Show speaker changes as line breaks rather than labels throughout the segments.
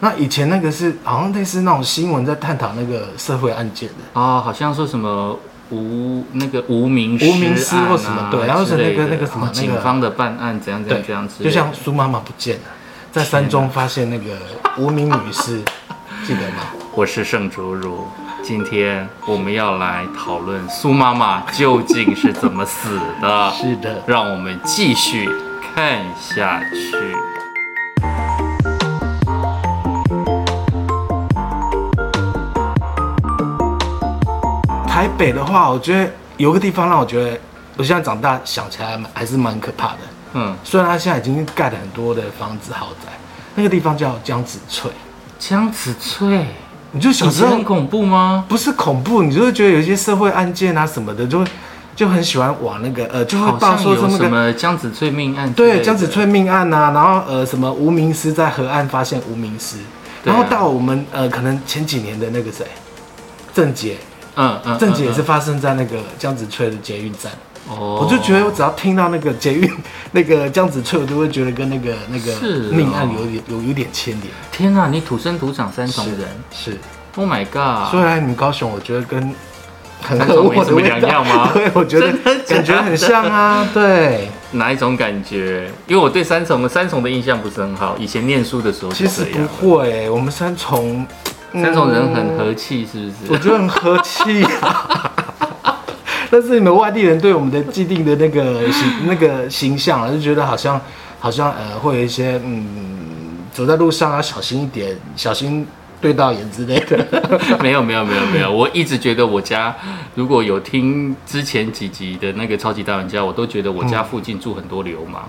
那以前那个是好像类似那种新闻在探讨那个社会案件的，
哦，好像说什么无那个无名
无名
尸
尸
案啊
或什么对然后是那个
之类的
那个什么
哦警
那个
方的办案怎样怎样怎样之
就
类的。
像苏妈妈不见了，在山中发现那个无名女尸， 记得吗？。
我是盛竹如，今天我们要来讨论苏妈妈究竟是怎么死的
是的，
让我们继续看下去。
台北的话，我觉得有个地方让我觉得，我现在长大想起来蛮还是蛮可怕的。
嗯，
虽然它现在已经盖了很多的房子豪宅，那个地方叫江子翠，
江子翠，
你就
以
小时
前
候
很恐怖吗？
不是恐怖，你就会觉得有一些社会案件啊什么的，就会就很喜欢往那个呃，就会
好
报
像
说
有
那
什
个
么江子翠命案之类的，
对江子翠命案啊，然后呃什么无名尸在河岸发现无名尸，
对
然
啊
后到我们呃可能前几年的那个谁，郑杰，
嗯，嗯嗯，
郑杰也是发生在那个江子翠的捷运站，
嗯，哦
我就觉得我只要听到那个捷运 那个江子翠，我都会觉得跟那个那个
是哦
命案有点有有点牵连。
天哪，你土生土长三重人
是，
，Oh my god！
虽然你们高雄，我觉得跟很
三
合
重没
我的
什么
味
两
道
样吗
对，我觉得
真的假的
感觉很像啊。对，
哪一种感觉？因为我对三重三重的印象不是很好，以前念书的时候
其
是
实
这
不
样。
会、我们三重，嗯
啊三重人很，和气，是不
我
是？
觉得很和气、 但是你们外地人对我们的既定的那个形那个形象啊，就觉得好像好像呃，会有一些嗯，走在路上要小心一点，小心对到眼之类的。
没有没有没有没有，我一直觉得我家如果有听之前几集的那个超级大玩家，我都觉得我家附近住很多流氓。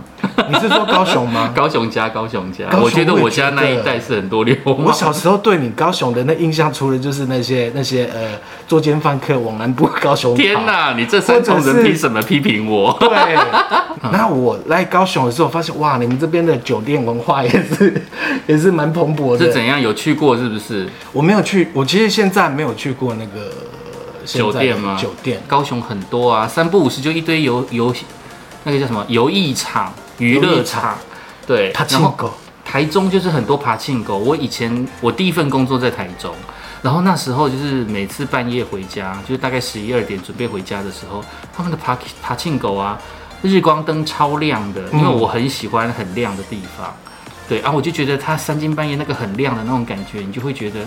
你是说高雄 吗？
高雄家，高雄家，
高雄
我觉得
我也
我家
觉得
那一带是很多流
我
氓。
小时候对你高雄的那印象，除了就是那些那些呃作奸犯科往南部高雄跑
天哪，你这三重
或者
人
是
凭什么批评我？
对， 那我来高雄的时候，发现哇，你们这边的酒店文化也是也是蛮蓬勃
是
的。
怎样有去过是不是？
我没有去，我其实现在没有去过那个呃现在的
酒店吗
酒店
高雄很多啊，三不五时就一堆游游，那个叫什么游艺场、娱
游
乐
艺场
场，对，
他庆
然后
狗，
台中就是很多爬庆狗。我以前我第一份工作在台中，然后那时候就是每次半夜回家，就是大概十一二点准备回家的时候，他们的爬爬庆狗啊，日光灯超亮的，
嗯
因为我很喜欢很亮的地方。对啊，我就觉得它三更半夜那个很亮的那种感觉，你就会觉得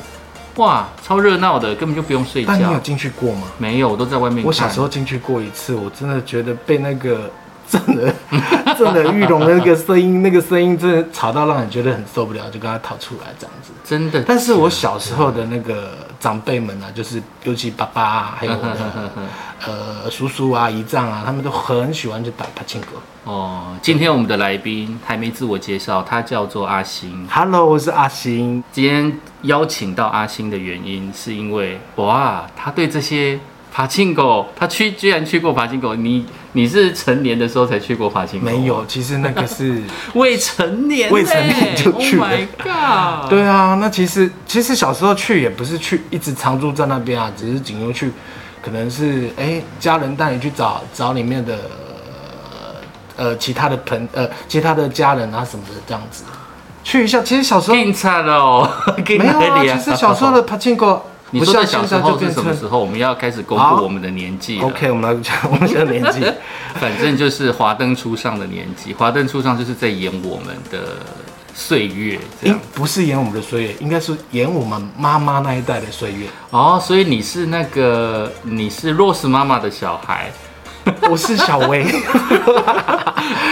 哇，超热闹的，根本就不用睡
但你有
觉。
进去过吗？
没有，我都在外面看。
我小时候进去过一次，我真的觉得被那个 震耳震耳欲聋的那个声音，那个声音真的吵到让你觉得很受不了，就跟他逃出来这样子。
真的，
但是我小时候的那个长辈们啊，就是尤其爸爸、啊，还有我的呃叔叔啊、姨丈啊，他们都很喜欢去打帕庆哥。
哦，今天我们的来宾还没自我介绍，他叫做阿星。
Hello，我是阿星。
今天邀请到阿星的原因，是因为哇，他对这些爬庆狗，他去居然去过爬庆狗。你你是成年的时候才去过爬庆狗？
没，有，其实那个是，
未成年、
未成年就去了
Oh my god！，
对啊，那其实其实小时候去也不是去一直常住在那边啊，只是仅用去，可能是哎、家人带你去找找里面的呃呃其他的朋呃其他的家人啊什么的这样子，去一下。其实小时候
警察哦，警察
没有啊，
里
其实小时候的帕庆哥。
你
不
说
像现
的小时
在就
候是
变
什
成
么时候？我们要开始公
好
布我们的年纪了。
OK，我们来讲我们现在 年纪，
反正就是华灯初上的年纪，华灯初上就是在演我们的岁月这
应
样。
不是演我们的岁月，应该是演我们妈妈那一代的岁月。
哦，所以你是那个你是 Rose 妈妈的小孩，
我是小薇，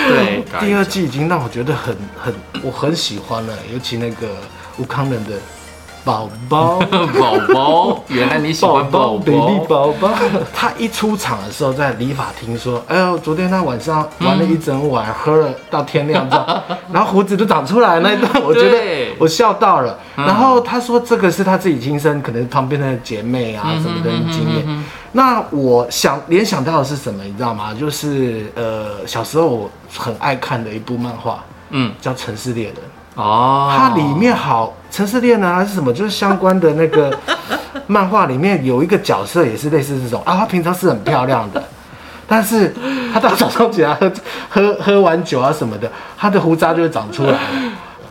对，
第二季已经让我觉得很很我很喜欢了，尤其那个吴康仁的宝宝
宝宝，原来你 喜
宝
欢宝
宝 baby
宝，
宝宝，他一出场的时候在理发厅说：“哎呦，昨天他晚上
嗯
玩了一整晚，喝了到天亮这 样，然后胡子都长出来了那一段，我觉得
嗯对嗯
我笑到了。然后他说这个是他自己亲身，可能旁边的姐妹
嗯
啊什么的经验。那我想联想到的是什么，你知道吗？就是呃，小时候我很爱看的一部漫画，
嗯，
叫《城市猎人》。
哦，
它里面好《城市猎人》啊，还是什么，就是相关的那 个漫画里面有一个角色也是类似这种啊，她平常是很漂亮的，但是她到早上起来喝喝喝完酒啊什么的，她的胡渣就会长出来了。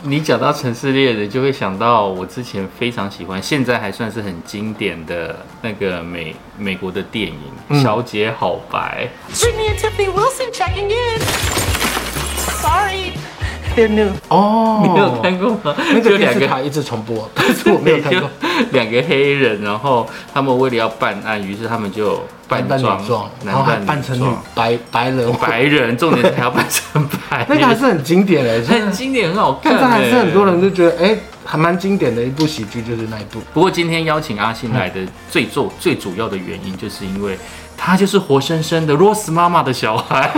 你讲到城市猎人，就会想到我之前非常喜欢，现在还算是很经典的那个美美国的电影
嗯
《小姐好白》。
Brittany and Tiffany Wilson checking in. Sorry. They're new.
哦，
你有看过吗？
那
就
个
两
电视
个
台一直重播，但是我没有看
就
过。
两个黑人，然后他们为了要办案，于是他们就扮
男扮
装
女装，，然后
男
还
扮女
扮成女
装
白白人，
白人，重点是还要扮成白
那个还
人，
是很经典的，
很经典，很好看、
现
欸。
在还是很多人就觉得，哎，还蛮经典的一部喜剧就是那一部。
不过今天邀请阿信来的最重最主要的原因，就是因为他就是活生生的 Rose 妈妈的小 孩。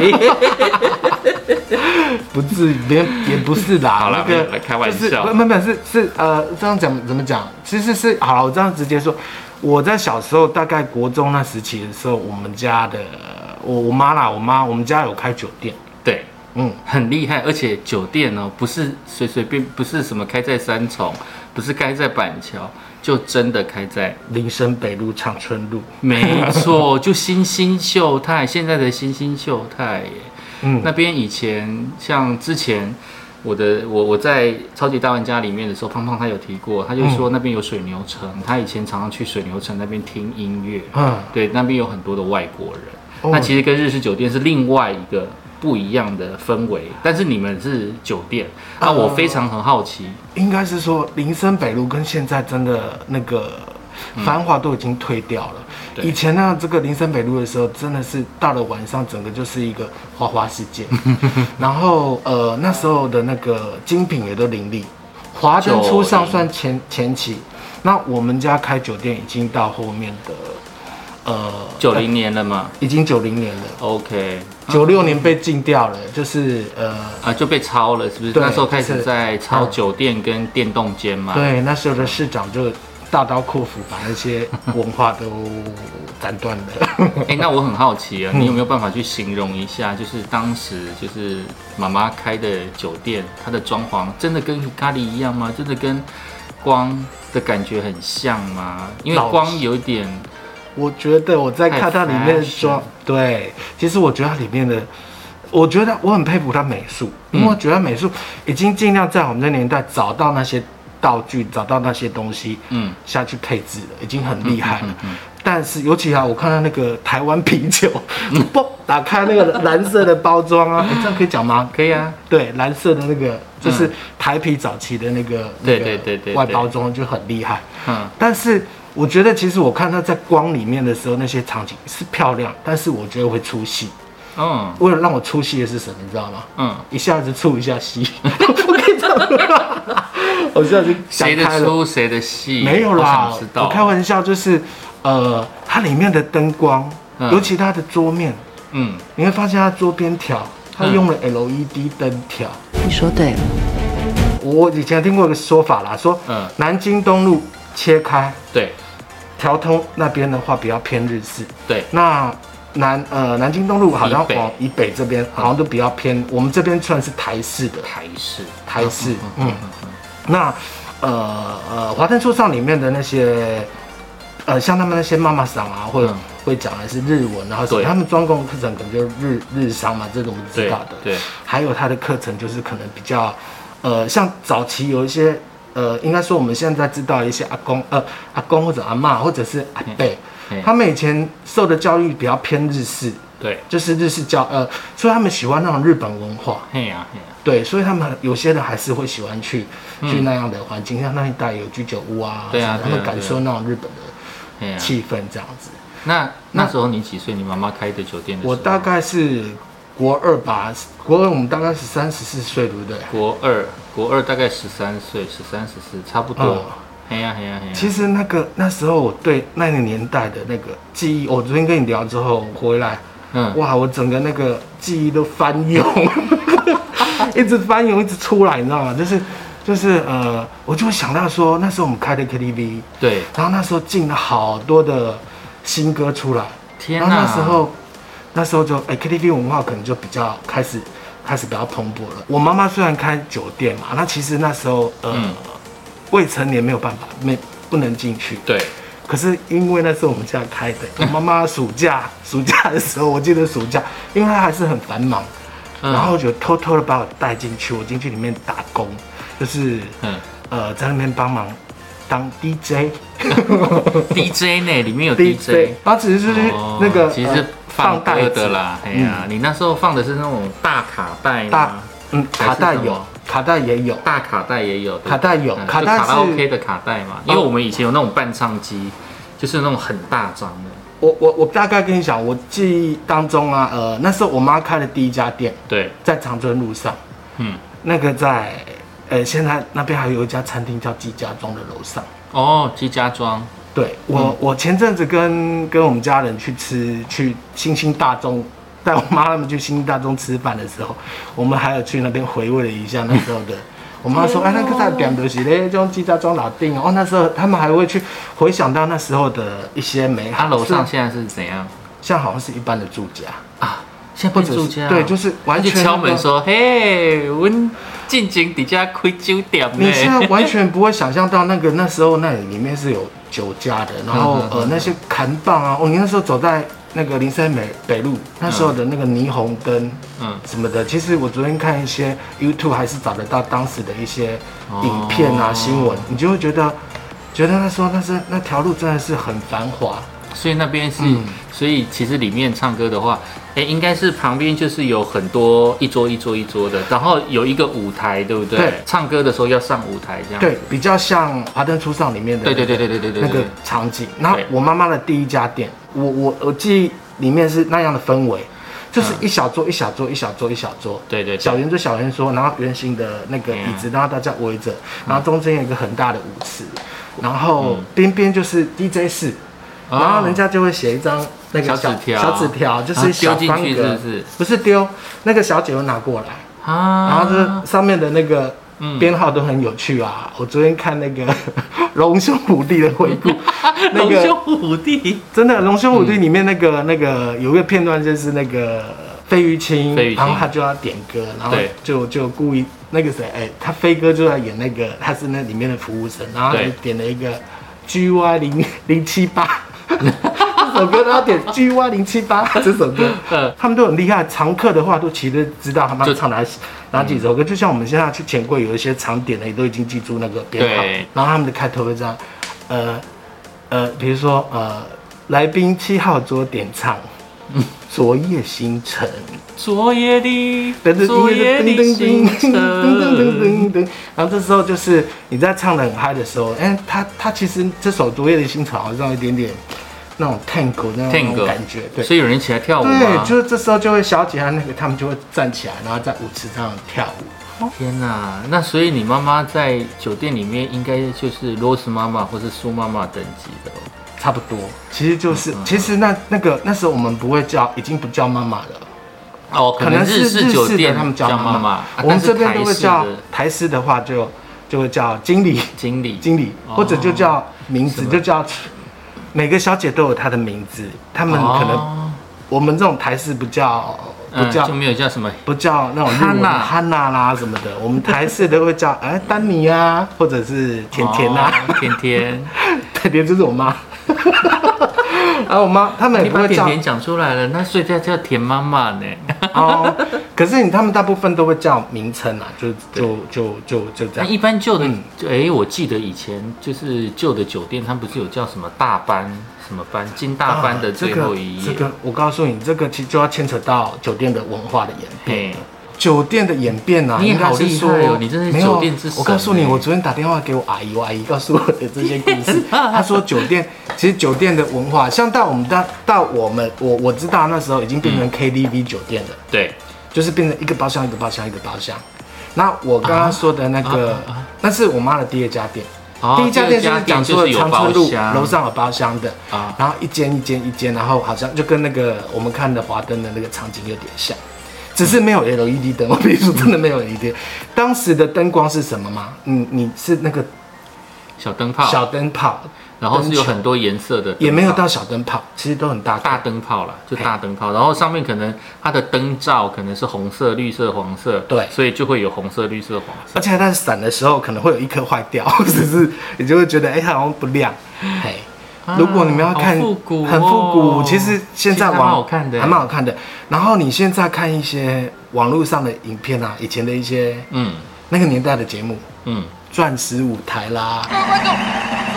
不至于，也也不是啦。
好啦
那
没
个
有开玩笑
就是不不不是是呃，这样讲怎么讲？其实是好了，我这样直接说，我在小时候大概国中那时期的时候，我们家的我我妈啦，我妈我们家有开酒店，
对，
嗯，
很厉害，而且酒店呢、不是随随便，不是什么开在三重，不是开在板桥，就真的开在，
林森北路、长春路，
没错，就新兴秀泰，现在的新兴秀泰耶。
嗯，
那边以前像之前我的我我在超级大玩家里面的时候，胖胖他有提过，他就说那边有水牛城，他以前常常去水牛城那边听音乐，
嗯
对，那边有很多的外国人。
哦
那其实跟日式酒店是另外一个不一样的氛围，但是你们是酒店，
哦
那我非常很好奇，
应该是说林森北路跟现在真的那个繁华都已经退掉了。
对
以前呢，这个林森北路的时候，真的是到了晚上，整个就是一个花花世界。然后呃，那时候的那个精品也都林立，华灯初上算前前期。那我们家开酒店已经到后面的呃，
九零年了嘛
已经九零年了，
，OK，
九六年被禁掉了，就是呃。
啊就被抄了，是不是？
对
那时候开始
就是
在抄
嗯
酒店跟电动间嘛，
对，那时候的市长就大刀阔斧把那些文化都斩断了。
哎、那我很好奇啊，
嗯
你有没有办法去形容一下，就是当时就是妈妈开的酒店，它的装潢真的跟咖喱一样吗？真的跟光的感觉很像吗？因为
老
光有点
我觉得我在看它里面的装，对，其实我觉得它里面的，我觉得我很佩服它美术，因为我觉得美术已经尽量在我们这年代找到那些道具，找到那些东西，
嗯
嗯，下去配置了，已经很厉害了。 但是尤其啊，我看到那个台湾啤酒， 嘣，打开那个蓝色的包装啊，诶这样可以讲吗？
可以啊，
对，蓝色的那个就是台啤早期的那个，
嗯对
那个
对对对
外包装就很厉害。
嗯，
但是我觉得，其实我看它在光里面的时候，那些场景是漂亮，但是我觉得会出戏。
嗯
为了让我出戏的是什么，你知道吗？
嗯，
一下子出一下戏， 我跟你讲，我现在就想
谁的
开了。
出谁的戏？
没有
我
啦
想知，道。
我开玩笑，就是呃，它里面的灯光，
嗯
尤其它的桌面，
嗯，
你会发现它桌边条，它
嗯
用了 LED 灯条。
你说对了。
我以前听过一个说法啦，说
嗯
南京东路切开
对
调通那边的话比较偏日式，
对，
那南呃南京东路好像
以北
往以北这边好像都比较偏，我们这边算是台式的
台式，
台式，嗯，那呃呃华灯初上里面的那些。呃，像他们那些妈妈桑啊，或者
嗯
会讲的是日文，然后什么
对
他们专攻课程可能就是日日商嘛，这个我们知
对
道的。
对，
还有它的课程就是可能比较，呃，像早期有一些，呃，应该说我们现在知道一些阿公，呃，阿公或者阿嬷或者是阿伯
嗯嗯，
他们以前受的教育比较偏日式，
对，
就是日式教，呃，所以他们喜欢那种日本文化，
嘿呀、嘿呀、
对，所以他们有些人还是会喜欢去去那样的环境，像那一带有居酒屋啊，
对啊
什么的他们
对啊啊
感
对啊
受那种日本的
嘿呀、
气氛这样子。
那那时候你几岁？你妈妈开的酒店的时候？
我大概是国二吧，国二我们大概是三十四岁，对不对？
国二，国二大概十三岁，十三十四，差不多
嗯。
嘿呀嘿呀嘿呀！
其实那个那时候我对那个年代的那个记忆，我昨天跟你聊之后回来，
嗯，
哇，我整个那个记忆都翻涌， 一直翻涌，一直出来，你知道吗？就是就是呃，我就会想到说，那时候我们开的 KTV，
对，
然后那时候进了好多的新歌出来，
天
然后
哪！
那时候，那时候就哎、KTV 文化可能就比较开始开始比较蓬勃了。我妈妈虽然开酒店嘛，那其实那时候呃、
嗯
未成年没有办法，没不能进去。
对，
可是因为那时候我们家开 的，我妈妈暑假暑假的时候，我记得暑假，因为她还是很繁忙，
嗯
然后就偷偷的把我带进去，我进去里面打工。就是
嗯
呃在那边帮忙当 DJ。
，DJ 呢，里面有
DJ，
DJ。
然后只是就是
哦
那个
其实
呃
是放
带
歌
子
的啦，哎呀，你那时候放的是那种大卡带吗
大嗯，卡带
还是什
有
么，
卡带也有，
大卡带也有，对不对
卡带有
嗯
卡
就
带
卡拉
是
OK 的卡带嘛，因为
哦
我们以前有那种伴唱机，就是那种很大张的，
我我我大概跟你讲，我记忆当中啊，呃，那时候我妈开的第一家店
对，
在长春路上，
嗯，
那个在呃现在那边还有一家餐厅叫季家庄的楼上。
哦，鸡家庄，
对我、
嗯
我前阵子跟跟我们家人去吃去新兴大众。带我妈他们去新兴大众吃饭的时候，我们还有去那边回味了一下那时候的。我妈 说：“哎、那个在点的是嘞，就用鸡家庄打定哦。”那时候他们还会去回想到那时候的一些美好。
它啊楼上
是
现在是怎样
像好像是一般的住家，
啊？现在
或
变
者
住
是
家啊，
对，就是完
他就
全
敲
那
门
个
说：“嘿，我们进前底下开酒店呢。”
你现在完全不会想象到那个那时候那里里面是有酒家的，然后
嗯嗯
呃
嗯
那些砍棒啊，哦你那时候走在那个林森北北路那时候的那个霓虹灯
嗯
什么的，其实我昨天看一些 YouTube 还是找得到当时的一些影片啊、
哦
新闻，你就会觉得觉得那时候那是那条路真的是很繁华，
所以那边是，
嗯
所以其实里面唱歌的话，哎、应该是旁边就是有很多一桌一桌一桌的，然后有一个舞台，对不对？
对
唱歌的时候要上舞台这样。
对，比较像《华灯初上》里面的
嗯对对
那个
对对对对对
那
对
个场景。然后我妈妈的第一家店，我我我记忆里面是那样的氛围，就是一小桌一小桌一小桌一小桌，
嗯对对对嗯
小圆桌小圆桌，然后圆形的那个椅子，然后大家围着，然后中间有一个很大的舞池，
嗯
然后边边就是 DJ 室，
哦
然后人家就会写一张那个
小纸条
小纸条就
然后
是小
丢进
方
去
格
是不是？
不是丢，那个小姐又拿过来。
啊，
然后这上面的那个
嗯
编号都很有趣啊！我昨天看那个 《龙兄虎弟》的回顾，那
龙
个
兄虎弟，
真的《龙兄虎弟》里面那个
嗯
那个有一个片段，就是那个费玉清
费玉，清
然后他就要点歌，然后
对
就就故意那个谁，哎，他飞哥就在演那个，他是那里面的服务生，然后他
对
点了一个 G Y 零零七八。 这首歌，然后点 G Y 零七八这首歌，
嗯
他们都很厉害，常客的话都其实知道他们
就
唱哪哪几首歌。就像我们现在去钱柜，有一些常点的也都已经记住那个编号
对，
然后他们的开头会这样，呃呃，比如说呃，来宾七号桌点唱。昨夜星辰，
昨夜的
等着
昨
音乐
夜
就噔
的星
噔噔噔噔噔
辰，
噔噔噔，然后这时候就是你在唱的很嗨的时候，哎，他他其实这首《昨夜的星辰》好像有一点点那种 tango 那种那
Tango
种感觉，对，
所以有人起来跳舞吗
对，？就是这时候就会小姐她那个，他们就会站起来，然后在舞池上跳舞。
天呐、那所以你妈妈在酒店里面应该就是 Rose 妈妈或是苏妈妈等级的哦、
差不多，其实就是，
嗯
其实那那个那时候我们不会叫，已经不叫妈妈了，
哦，可能日式
日
酒
式的
店
他们
叫
叫
妈
妈
妈，啊
我们
但是
这边都
台
会
式
叫
的
台式的话就就会叫经理，
经理。
经理，
哦
或者就叫名字，
什么
就叫每个小姐都有她的名字，她们可能
哦
我们这种台式不叫不
嗯，
叫
就没有叫什么
不叫那种日文
Hanna
汉娜啦什么的，我们台式都会叫 哎丹尼啊，或者是甜甜啊。
哦甜甜，
特别就是我妈， 然后我妈 他们
你
也不
把
会
甜
叫
甜讲出来了，那所以叫叫甜妈妈呢？
哦，可是你他们大部分都会叫名称啊，就就就就就这
那
样。
一般旧的
嗯，
哎，我记得以前就是旧的酒店，他们不是有叫什么大班什么班，金大班的
啊这
最
个
后一
这
页，
个我告诉你，这个其实就要牵扯到酒店的文化的演变。
嘿，
酒店的演变啊，
你也
应该是说
好厉害哦你真是
没有
酒店之神
我告诉你，
欸
我昨天打电话给我阿姨，我阿姨告诉我的这些故 事。她说酒店其实酒店的文化，像到我们到到我们我我知道那时候已经变
嗯
成 KTV 酒店了。
对，
就是变成一个包厢一个包厢一个包厢。那我刚刚说的那个，那是我妈的第二家店。
啊哦
第一家店就是讲说的
第二家
长
店就是有
春路
包厢
楼上有包厢的，
啊
然后一间一间一间，然后好像就跟那个我们看的华灯的那个场景有点像，只是没有 LED 灯。我比如说真的没有 LED，当时的灯光是什么吗？你你是那个
小灯泡，
小灯泡，
然后是有很
灯球
多颜色的灯泡，
也没有到小灯泡，其实都很大
大灯泡啦，就大灯泡，然后上面可能它的灯罩可能是红色、绿色、黄色，
对
所以就会有红色、绿色、黄色。
而且它闪的时候可能会有一颗坏掉， 或者是你就会觉得哎、它好像不亮。嘿，如果你们要看
啊好复古哦
很复古，其实现在
其实还
网
蛮好看的
还蛮好看的。然后你现在看一些网络上的影片啊，以前的一些
嗯，
那个年代的节目，
嗯，
钻石舞台啦，
Oh
各位观众，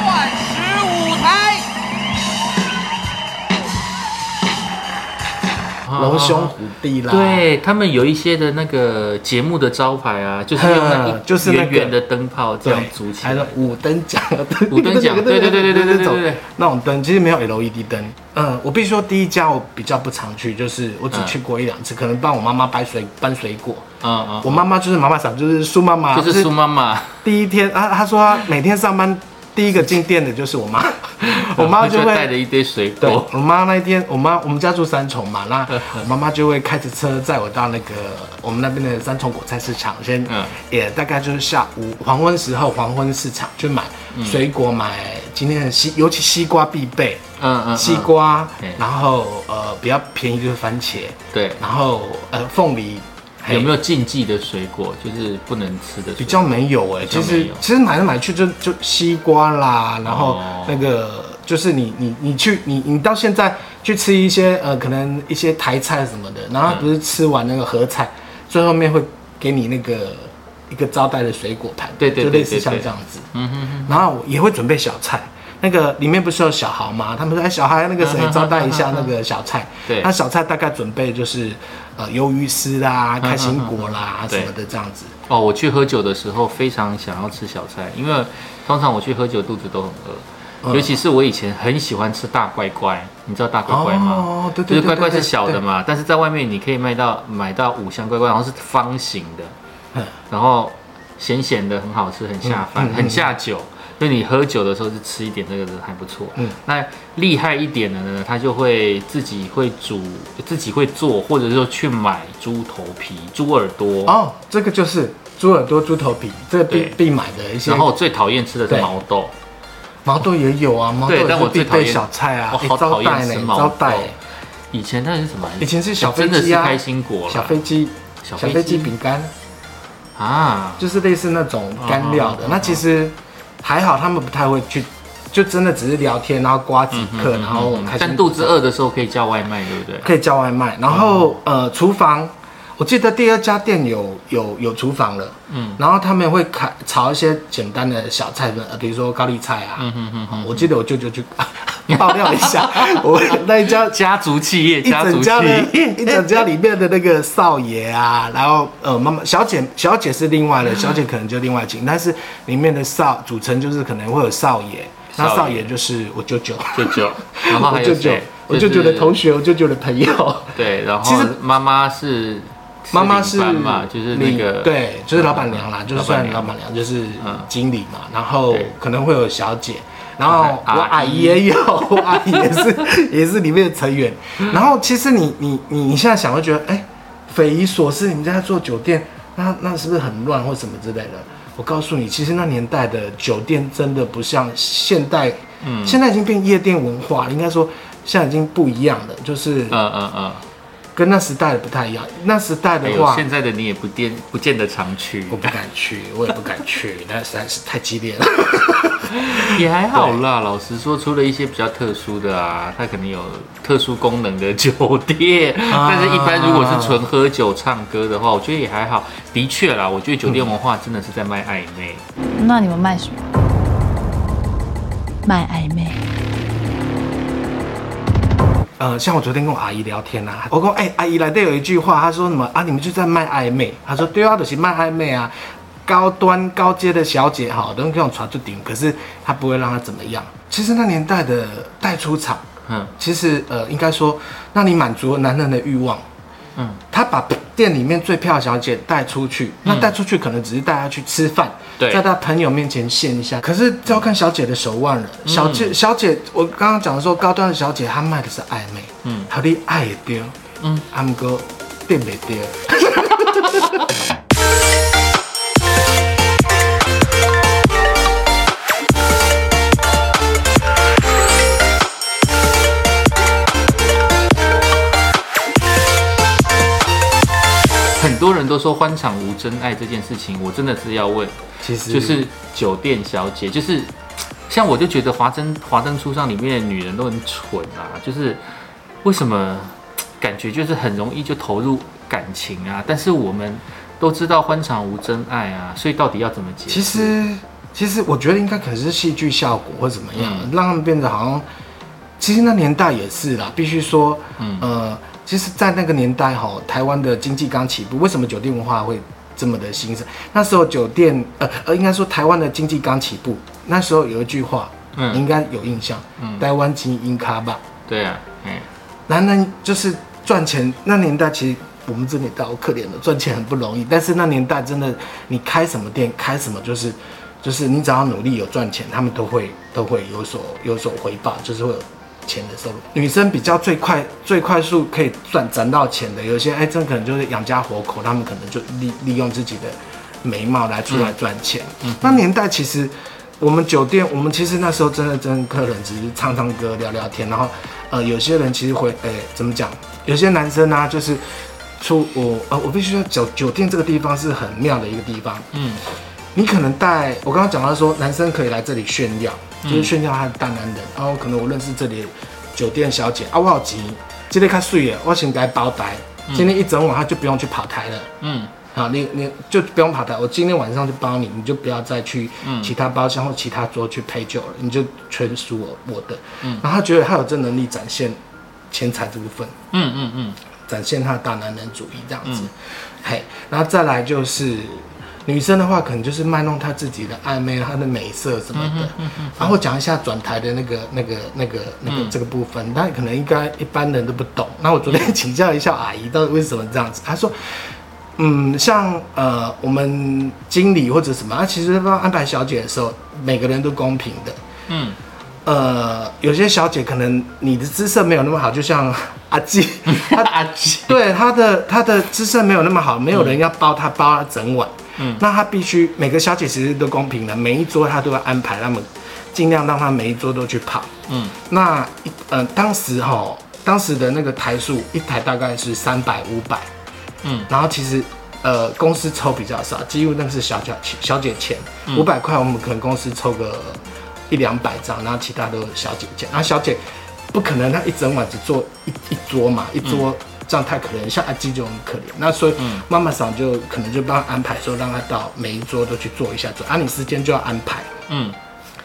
钻石舞台。
嗯龙兄啊虎弟啦，，
啊对他们有一些的那个节目的招牌啊，就是用那
嗯就是
一
那个
圆圆的灯泡这
对
样组，起
还有
来。
五等奖，啊
五等奖对对对对对对对对对
那种灯其实没有 LED 灯。嗯，我必须说第一家我比较不常去，就是我只
嗯
去过一两次，可能帮我妈妈掰
啊
水搬水果。
嗯
我妈妈就是妈妈桑，就是苏妈妈，
嗯，就是苏妈妈，
第一天啊，她说她每天上班第一个进店的就是我妈， 我 妈就
带着
会。
一堆水
对
果，
我妈那一天，我妈我们家住三重嘛， 那我妈妈就会开着车载我到那个我们那边的三重果菜市场，先
嗯
也大概就是下午黄昏时候黄昏市场去买水果，买今天的西，尤其西瓜必备，
嗯嗯，
西瓜
嗯，
然后呃比较便宜就是番茄，
对。
然后呃凤梨，还
有没有禁忌的水果，就是不能吃的水果？
比较没有哎、其
较没
实
有
其实买来买去就就西瓜啦，然后
哦
那个、就是你你你去你你到现在去吃一些呃可能一些台菜什么的，然后
嗯
不是吃完那个合菜，最后面会给你那个一个招待的水果盘，
对对
就
对
类似
对
像
对
这样子，
嗯哼哼，
然后我也会准备小菜。那个里面不是有小豪吗？他们说，哎，小豪那个谁
嗯哼
招待一下
嗯
那
哼
个小菜。
对
那小菜大概准备就是，呃，鱿鱼丝啦、开心
嗯哼
果啦什
对
么的这样子。
哦，我去喝酒的时候非常想要吃小菜，因为通常我去喝酒肚子都很饿，
嗯
尤其是我以前很喜欢吃大乖乖，你知道大乖乖吗？
哦，对
就
对
是
对，
乖乖
对
是小的？嘛，但是在外面你可以卖到买到五香乖乖，然后是方形的
嗯，
然后咸咸的，很好吃，很下
嗯
饭，
嗯嗯
很下酒。所以你喝酒的时候就吃一点这个的还不错。
嗯
那厉害一点的呢，他就会自己会煮，自己会做，或者说去买猪头皮、猪耳朵。
对哦，这个就是猪耳朵、猪头皮，这个必
对
必买的一些。
然后我最讨厌吃的是
对
毛豆，
毛豆也有啊，毛豆
对
也
但我
是
最
必
讨
备
厌
小菜啊
我，
哎
好讨
招待
厌吃
呢，
毛豆。
招待欸。
以前那是什么来着？
以前是小飞
真的
机
是
啊
开心果啦
小飞机，
小
小
飞机
飞机饼干，
啊，
就是类似那种干料
哦哦
的
哦。
那其实还好，他们不太会去，就真的只是聊天，然后瓜几克，然后
嗯
开心
但肚子饿的时候可以叫外卖，对不对？
可以叫外卖。然后
哦
呃，厨房，我记得第二家店有有有厨房了，
嗯
嗯，然后他们会开炒一些简单的小菜，呃，比如说高丽菜啊，
嗯哼哼哼，
我记得我舅舅去 爆料一下，我那一家
家族企业，
一
家族
整
企
家的
业，
一整家里面的那个少爷啊，然后呃妈妈小姐小姐是另
嗯
外的，小姐可能就另外请，但是里面的少组成就是可能会有少爷，那少
少爷
爷就是 我舅舅，
舅舅，然后
我
还
舅
有
舅
谁？，
我舅舅的同
学，
学，我舅舅的朋友。
对，然
其
后
实
妈妈是
妈妈是
领班嘛，就是那个嗯
你对，就是老板娘啦，就是算老
娘
板娘，就是
嗯
经理嘛，然后
对
可能会有小姐，然后
阿姨
我阿姨也有， 我阿姨也是也是里面的成员。
嗯
然后其实你你你你现在想会觉得，哎，匪夷所思，你们在做酒店，那那是不是很乱或什么之类的？我告诉你，其实那年代的酒店真的不像现代，嗯，现在已经变夜店文化了，应该说现在已经不一样了，就是
嗯嗯嗯，
跟那时代的不太一样。那时代
还
的
有
话，
现在的你也不见不见得常去
我，不敢 去，我也不敢去，那实在是太激烈了。
也还好啦。老实说，除了一些比较特殊的啊，它可能有特殊功能的酒店，
啊
但是一般如果是纯喝酒唱歌的话，我觉得也还好。的确啦，我觉得酒店文化真的是在卖暧昧。
那你们卖什么？卖暧昧。
呃，像我昨天跟我阿姨聊天啊，我说哎、阿姨来对有一句话，她说什么啊？你们就在卖暧昧？她说对啊，就是卖暧昧啊，高端高阶的小姐哈，都给我传出顶，可是她不会让她怎么样。其实那年代的带出场，
嗯
其实呃，应该说，让你满足了男人的欲望。
嗯，
他把店里面最漂亮的小姐带出去，那带出去可能只是带她去吃饭，
对
在她朋友面前献一下。可是就要看小姐的手腕了。
嗯
小姐，小姐，我刚刚讲的说，高端的小姐她卖的是暧昧，
嗯
嗯，好你爱也丢，
嗯
嗯，阿姆哥变没丢。
很多人都说欢场无真爱这件事情，我真的是要问，
其实
就是酒店小姐，就是像我就觉得《华灯华灯初上》里面的女人都很蠢啊，就是为什么感觉就是很容易就投入感情啊？但是我们都知道欢场无真爱啊，所以到底要怎么解释？
其实，其实我觉得应该可能是戏剧效果或怎么样，
嗯
让他们变得好像。其实那年代也是啦，必须说，
嗯
呃，其实，在那个年代哈，台湾的经济刚起步，为什么酒店文化会这么的兴盛？那时候酒店，呃呃，应该说台湾的经济刚起步，那时候有一句话，
嗯
你应该有印象，台湾精英咖吧，
对啊，哎、
男人就是赚钱，那年代其实我们这年代好可怜的，赚钱很不容易。但是那年代真的，你开什么店开什么，就是就是你只要努力有赚钱，他们都会都会有所有所回报，就是会有钱的收入。女生比较最快最快速可以赚攒到钱的，有些哎，这可能就是养家活口，他们可能就利利用自己的美貌来出来赚钱。那年代其实。我们酒店，我们其实那时候真的跟客人只是唱唱歌、聊聊天，然后，呃，有些人其实会，呃，怎么讲？有些男生呢、就是出我，呃，我必须说，酒酒店这个地方是很妙的一个地方。
嗯，
你可能带，我刚刚讲到说，男生可以来这里炫耀，就是炫耀他的大男人，哦然后可能我认识这里的酒店小姐啊，我好急，今天看睡耶，我先给他包台，今天一整晚他就不用去跑台了。
嗯，
好，你你就不用跑台，我今天晚上就包你，你就不要再去其他包厢或其他桌去陪酒了，你就全属我我的。嗯，然后他觉得他有这能力展现钱财这部分，
嗯嗯嗯，
展现他的大男人主义这样子。嘿，然后再来就是女生的话，可能就是卖弄她自己的暧昧、啊她的美色什么的。然后讲一下转台的那个、那个、那个、那个这个部分，但可能应该一般人都不懂。那我昨天 请教一下阿姨，到底为什么这样子？她说。嗯，像呃，我们经理或者什么，啊、其实帮安排小姐的时候，每个人都公平的。
嗯，
呃，有些小姐可能你的姿色没有那么好，就像阿 纪，她
阿纪
对她的她的姿色没有那么好，没有人要包她包她整晚。嗯，那她必须每个小姐其实都公平的，每一桌她都要安排，他们尽量让她每一桌都去跑。
嗯，
那一呃当时哈，当时的那个台数一台大概是三百五百。
嗯，
然后其实呃公司抽比较少，几乎那个是小小小姐钱，五百块我们可能公司抽个一两百张，然后其他都是小姐钱，然后小姐不可能她一整晚只做一一桌嘛，一桌。这样太可怜，像阿基就很可怜。那所以妈妈桑就可能就帮她安排说，让她到每一桌都去做一下做，啊，你时间就要安排。
嗯，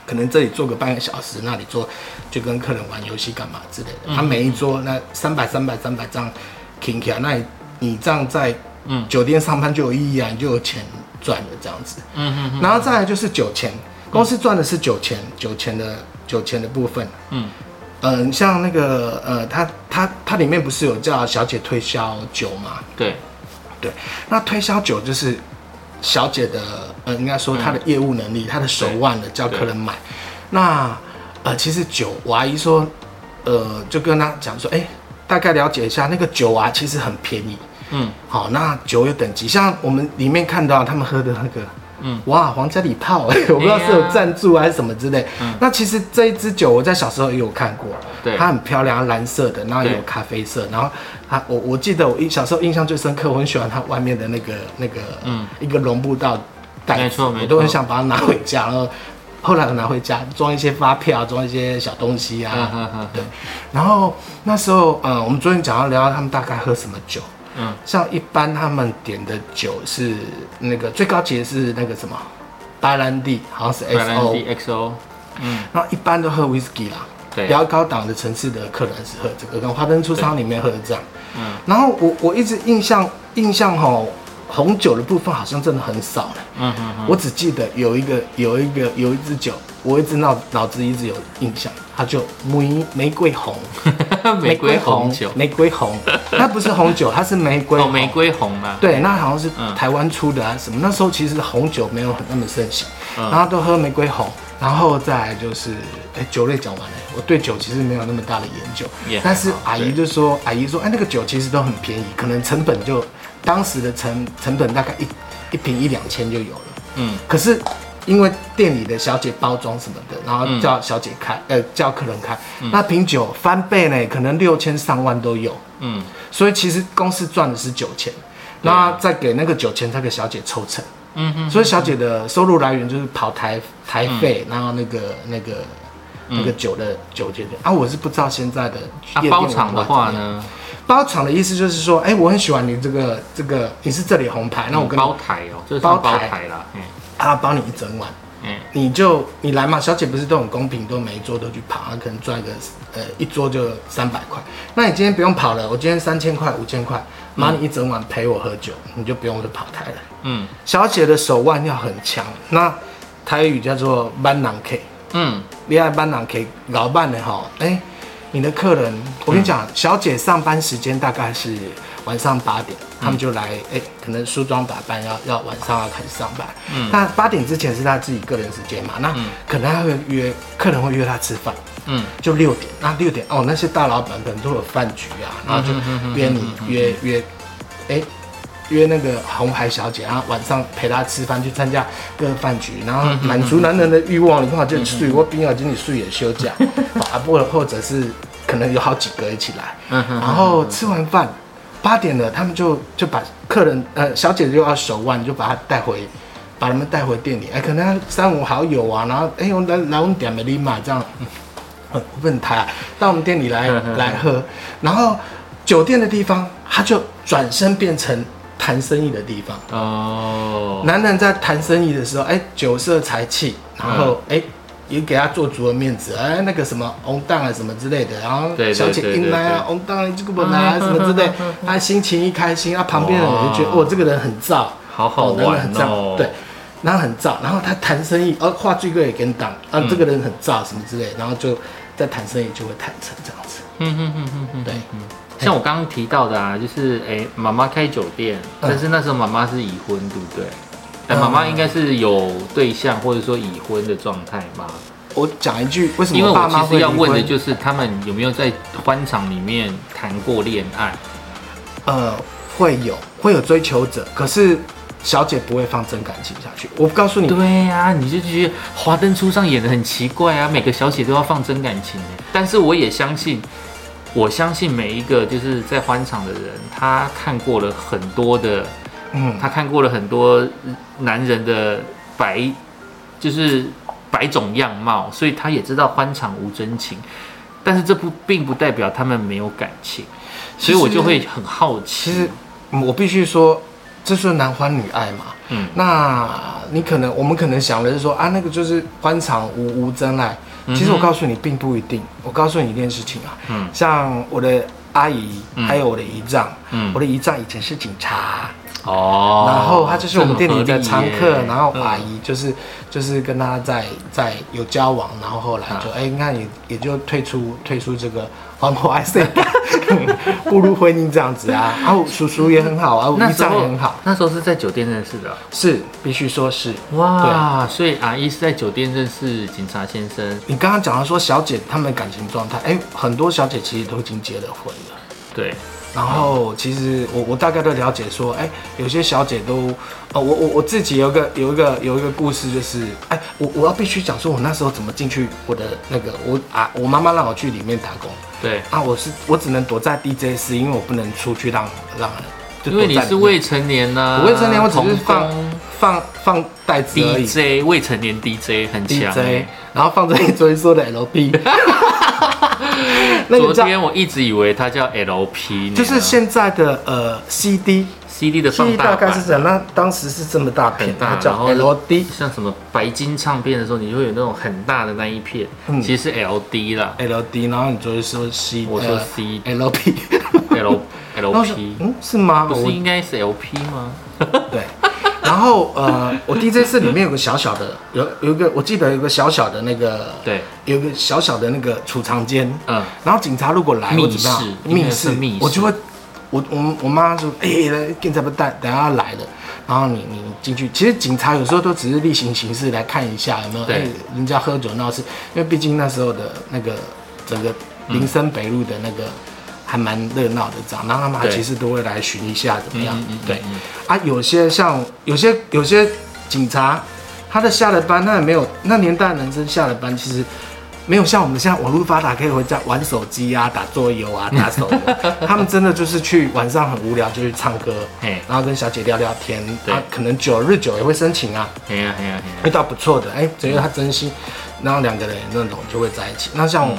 可能这里坐个半个小时，那里坐就跟客人玩游戏干嘛之类的。
嗯
他、每一桌那三百三百三百这样停起来，啊那你你这样在
嗯
酒店上班就有意义啊，你就有钱赚了这样子。嗯嗯。然后再来就是酒钱，
嗯
公司赚的是酒钱，酒钱的酒钱的部分。
嗯
嗯、像那个呃，它它它里面不是有叫小姐推销酒吗？
对，
对，那推销酒就是小姐的，呃，应该说她的业务能力，她的手腕的叫客人买。那呃，其实酒，我阿姨说，呃，就跟她讲说，哎、大概了解一下那个酒啊，其实很便宜。
嗯，
好，那酒有等级，像我们里面看到他们喝的那个，
嗯，
哇，皇家礼炮、 哎我不知道是有赞助还是什么
哎
之类。那其实这一支酒，我在小时候也有看过，
嗯对
它很漂亮，蓝色的，然后也有
对
咖啡色，然后它，我我记得我印小时候印象最深刻，我很喜欢它外面的那个那个，嗯，一个绒布袋袋子，
没错没错
我都很想把它拿回家，然后后来我拿回家装一些发票，装一些小东西啊，
嗯嗯嗯
对，然后那时候，呃，我们昨天讲到聊到他们大概喝什么酒，
嗯，
像一般他们点的酒是那个最高级的是那个什么白兰地，好像是
白兰
SO，
地 XO，嗯
然后一般都喝 whisky 啦，
对
比较高档的层次的客人是喝这个，跟花灯出商里面喝的这样，
嗯，
然后我我一直印象印象吼红酒的部分好像真的很少了。
嗯嗯
我只记得有一个有一个有一支酒，我一直脑脑子一直有印象，它就玫玫瑰 红，
嗯，玫瑰红酒，
玫瑰红，它不是红酒，它是玫瑰
哦，
红
玫。瑰红啊，
对，那好像是
嗯
台湾出的啊，什么？那时候其实红酒没有很那么盛行，
嗯
然后都喝玫瑰红，然后再来就是，哎，酒类讲完了，我对酒其实没有那么大的研究
也，还
但
好
是阿姨就说，阿姨说，哎，那个酒其实都很便宜，可能成本就当时的成成本大概一一瓶一两千就有了，
嗯
可是因为店里的小姐包装什么的，然后
嗯
叫小姐开，呃，叫客人开，那瓶酒翻倍呢，可能六千上万都有。
嗯，
所以其实公司赚的是酒钱，那再给那个酒钱，再给小姐抽成。
嗯嗯
所以小姐的收入来源就是跑台台费，然后那个那个那个酒的酒店啊，我是不知道现在的
啊
夜店
包
文
场
化怎么
的话
样
呢，
包场的意思就是说，哎、我很喜欢你这个这个，你是这里的红牌，那我跟你、
包台哦，就是包
包
包
台
台啦，嗯
啊包你一整晚，
嗯
你就你来嘛，小姐不是都很公平，都每一桌都去跑，她可能赚个呃一桌就三百块，那你今天不用跑了，我今天三千块五千块，妈你一整晚陪我喝酒，你就不用去跑台了。
嗯
小姐的手腕要很强，那台语叫做班囊 K。
嗯，
恋爱班长可以老办的哈，哎、你的客人，我跟你讲，小姐上班时间大概是晚上八点，他们就来，哎、可能梳妆打扮要要晚上要开始上班，嗯，那八点之前是他自己个人时间嘛，那可能他会约客人会约他吃饭，
嗯，
就六点，那六点哦，那些大老板可能都有饭局啊，然后就约你约约，哎、约那个红牌小姐，然后晚上陪她吃饭，去参加各个饭局，然后满足男人的欲望的话，就睡我冰要经理睡也休假， 啊，或或者是可能有好几个一起来，然后吃完饭八点了，他们就就把客人呃小姐就要手腕，就把她带回。把他们带回店里，哎、可能她三五好友啊，然后哎、我们来来我们点的立马这样，问他到我们店里 来来喝，然后酒店的地方，他就转身变成谈生意的地方。
哦，
男人在谈生意的时候，哎，酒色财气，然后
嗯
哎。也给他做足了面子，哎，那个什么红蛋啊，什么之类的，然后
对对
小姐
对
一
对
来啊，
对
红蛋啊，这个本来 啊，什么之类，他心情一开心，啊，旁边的人就觉得，
哇
哦，这个人很燥，
好好
哦男人
玩
很燥，
哦
对，然后很燥，然后他谈生意，呃，话剧哥也跟当，
嗯
啊，这个人很燥什么之类，然后就在谈生意就会谈成这样子，
嗯嗯嗯嗯嗯，
对，
像我刚刚提到的啊，就是哎，妈妈开酒店，但是那时候妈妈是已婚，对不对？哎，妈妈应该是有对象或者说已婚的状态嘛？
我讲一句，为什
因为
么爸
我
妈
其
会
实要
离
问的
婚
就是他们有没有在欢场里面谈过恋爱？
呃，会有会有追求者，可是小姐不会放真感情下去。我告诉你，
对呀、你就觉得《华灯初上》演的很奇怪啊，每个小姐都要放真感情耶。但是我也相信，我相信每一个就是在欢场的人，他看过了很多的，
嗯，
他看过了很多男人的白，就是百种样貌，所以他也知道欢场无真情。但是这不并不代表他们没有感情，所以我就会很好奇。
其实嗯我必须说，这是男欢女爱嘛。
嗯
那你可能我们可能想的是说啊，那个就是欢场无无真爱。其实我告诉你，并不一定。我告诉你一件事情啊，
嗯
像我的阿姨，还有我的姨丈，
嗯
我的姨丈以前是警察，
哦，
然后他就是我们店里的常
这很合
客
理，耶嗯
然后阿姨就是、就是跟他在在有交往，然后后来
嗯
就哎，那、也也就退出退出这个黄花社， 步入婚姻这样子啊。啊，我叔叔也很好啊，我
那
姨
时
丈
候
也很好，，
那时候是在酒店认识的啊、
是必须说是。
哇，所以阿姨是在酒店认识警察先生，
你刚刚讲到说小姐她们的感情状态，哎，很多小姐其实都已经结了婚了。
对，
然后其实我我大概都了解说，哎，有些小姐都，呃，我我我自己有一个有一个有一个故事，就是，哎，我我要必须讲说，我那时候怎么进去我的那个我啊，我妈妈让我去里面打工，
对，
啊，我是我只能躲在 DJ 室，因为我不能出去让让人，就
因为你
躲在
是
里面
未成年啊呢、
我未成年，我只是放
童工
放放袋子而已
DJ 未成年 DJ 很强、
DJ，
欸。
然后放着你昨天说的 LP，那
欸昨
个叫
天啊我一直以为他叫 LP，呢
就是现在的呃 CD。
CD 的放
T 大概
版
是这样，那当时是这么大片
很，
它
大，然
叫
后
LD
像什么白金唱片的时候，你会有那种很大的那一片，
嗯
其实是 LD 啦
LD，然后你就会说 C，
我说
呃
C
LP，
，L
然后我说
LP，
嗯是吗？
不是
我
应该是 LP 吗？
对。然后呃，我 DJ 室里面有个小小的，有有一个我记得有个小小的那个，
对，
有一个小小的那个储藏间，
嗯
然后警察如果来，
密
我怎么样
室？应
密
该
室
是密室
我就会，我我我妈说，哎、来警察不带，等下来了，然后你你进去，其实警察有时候都只是例行行事来看一下有没有，
对
哎人家喝酒闹事，因为毕竟那时候的那个整个林森北路的那个。
嗯
还蛮热闹的这样，然后他们还
对
其实都会来巡一下怎么样？
嗯嗯嗯嗯
对，啊，有些像有些有些警察，他的下了班，他也没有那年代男生下了班，其实没有像我们现在网络发达，可以回家玩手机啊、打桌游啊、打手 游。他们真的就是去晚上很无聊就去唱歌
嘿，
然后跟小姐聊聊天，
对
啊，可能久了日久也会深情啊，
哎呀哎呀哎呀！
遇到不错的，哎，觉得他真心。让两个人那种就会在一起。那像我，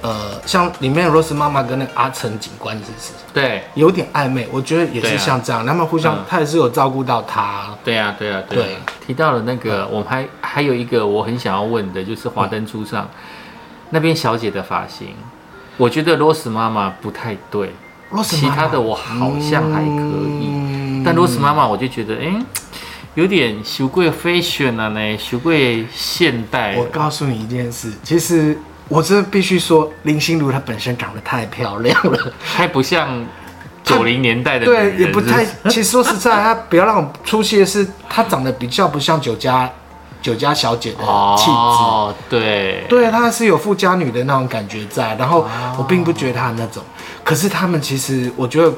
呃，像里面 Rose 妈妈跟那个阿成警官是不是
对
有点暧昧？我觉得也
对
是
啊
像这样，他们互相
嗯，
他也是有照顾到他。
对呀、啊，对呀、啊，对,、
对嗯
提到了那个，我们还还有一个我很想要问的，就是《华灯初上》
嗯
那边小姐的发型，我觉得 Rose 妈妈不太对，
Rose
其
妈妈
他的我好像还可以，
嗯
但 Rose 妈妈我就觉得，哎、有点修贵 fashion 啊呢，修贵现代了。
我告诉你一件事，其实我真的必须说，林心如她本身长得太漂亮了，
太不像九零年代的女
对，
人
也不太
是。
其实说实在，她不要让我出戏的是，她长得比较不像酒家酒家小姐的气质。
哦，对，
对，她是有富家女的那种感觉在，然后我并不觉得她那种，可是他们其实我觉得，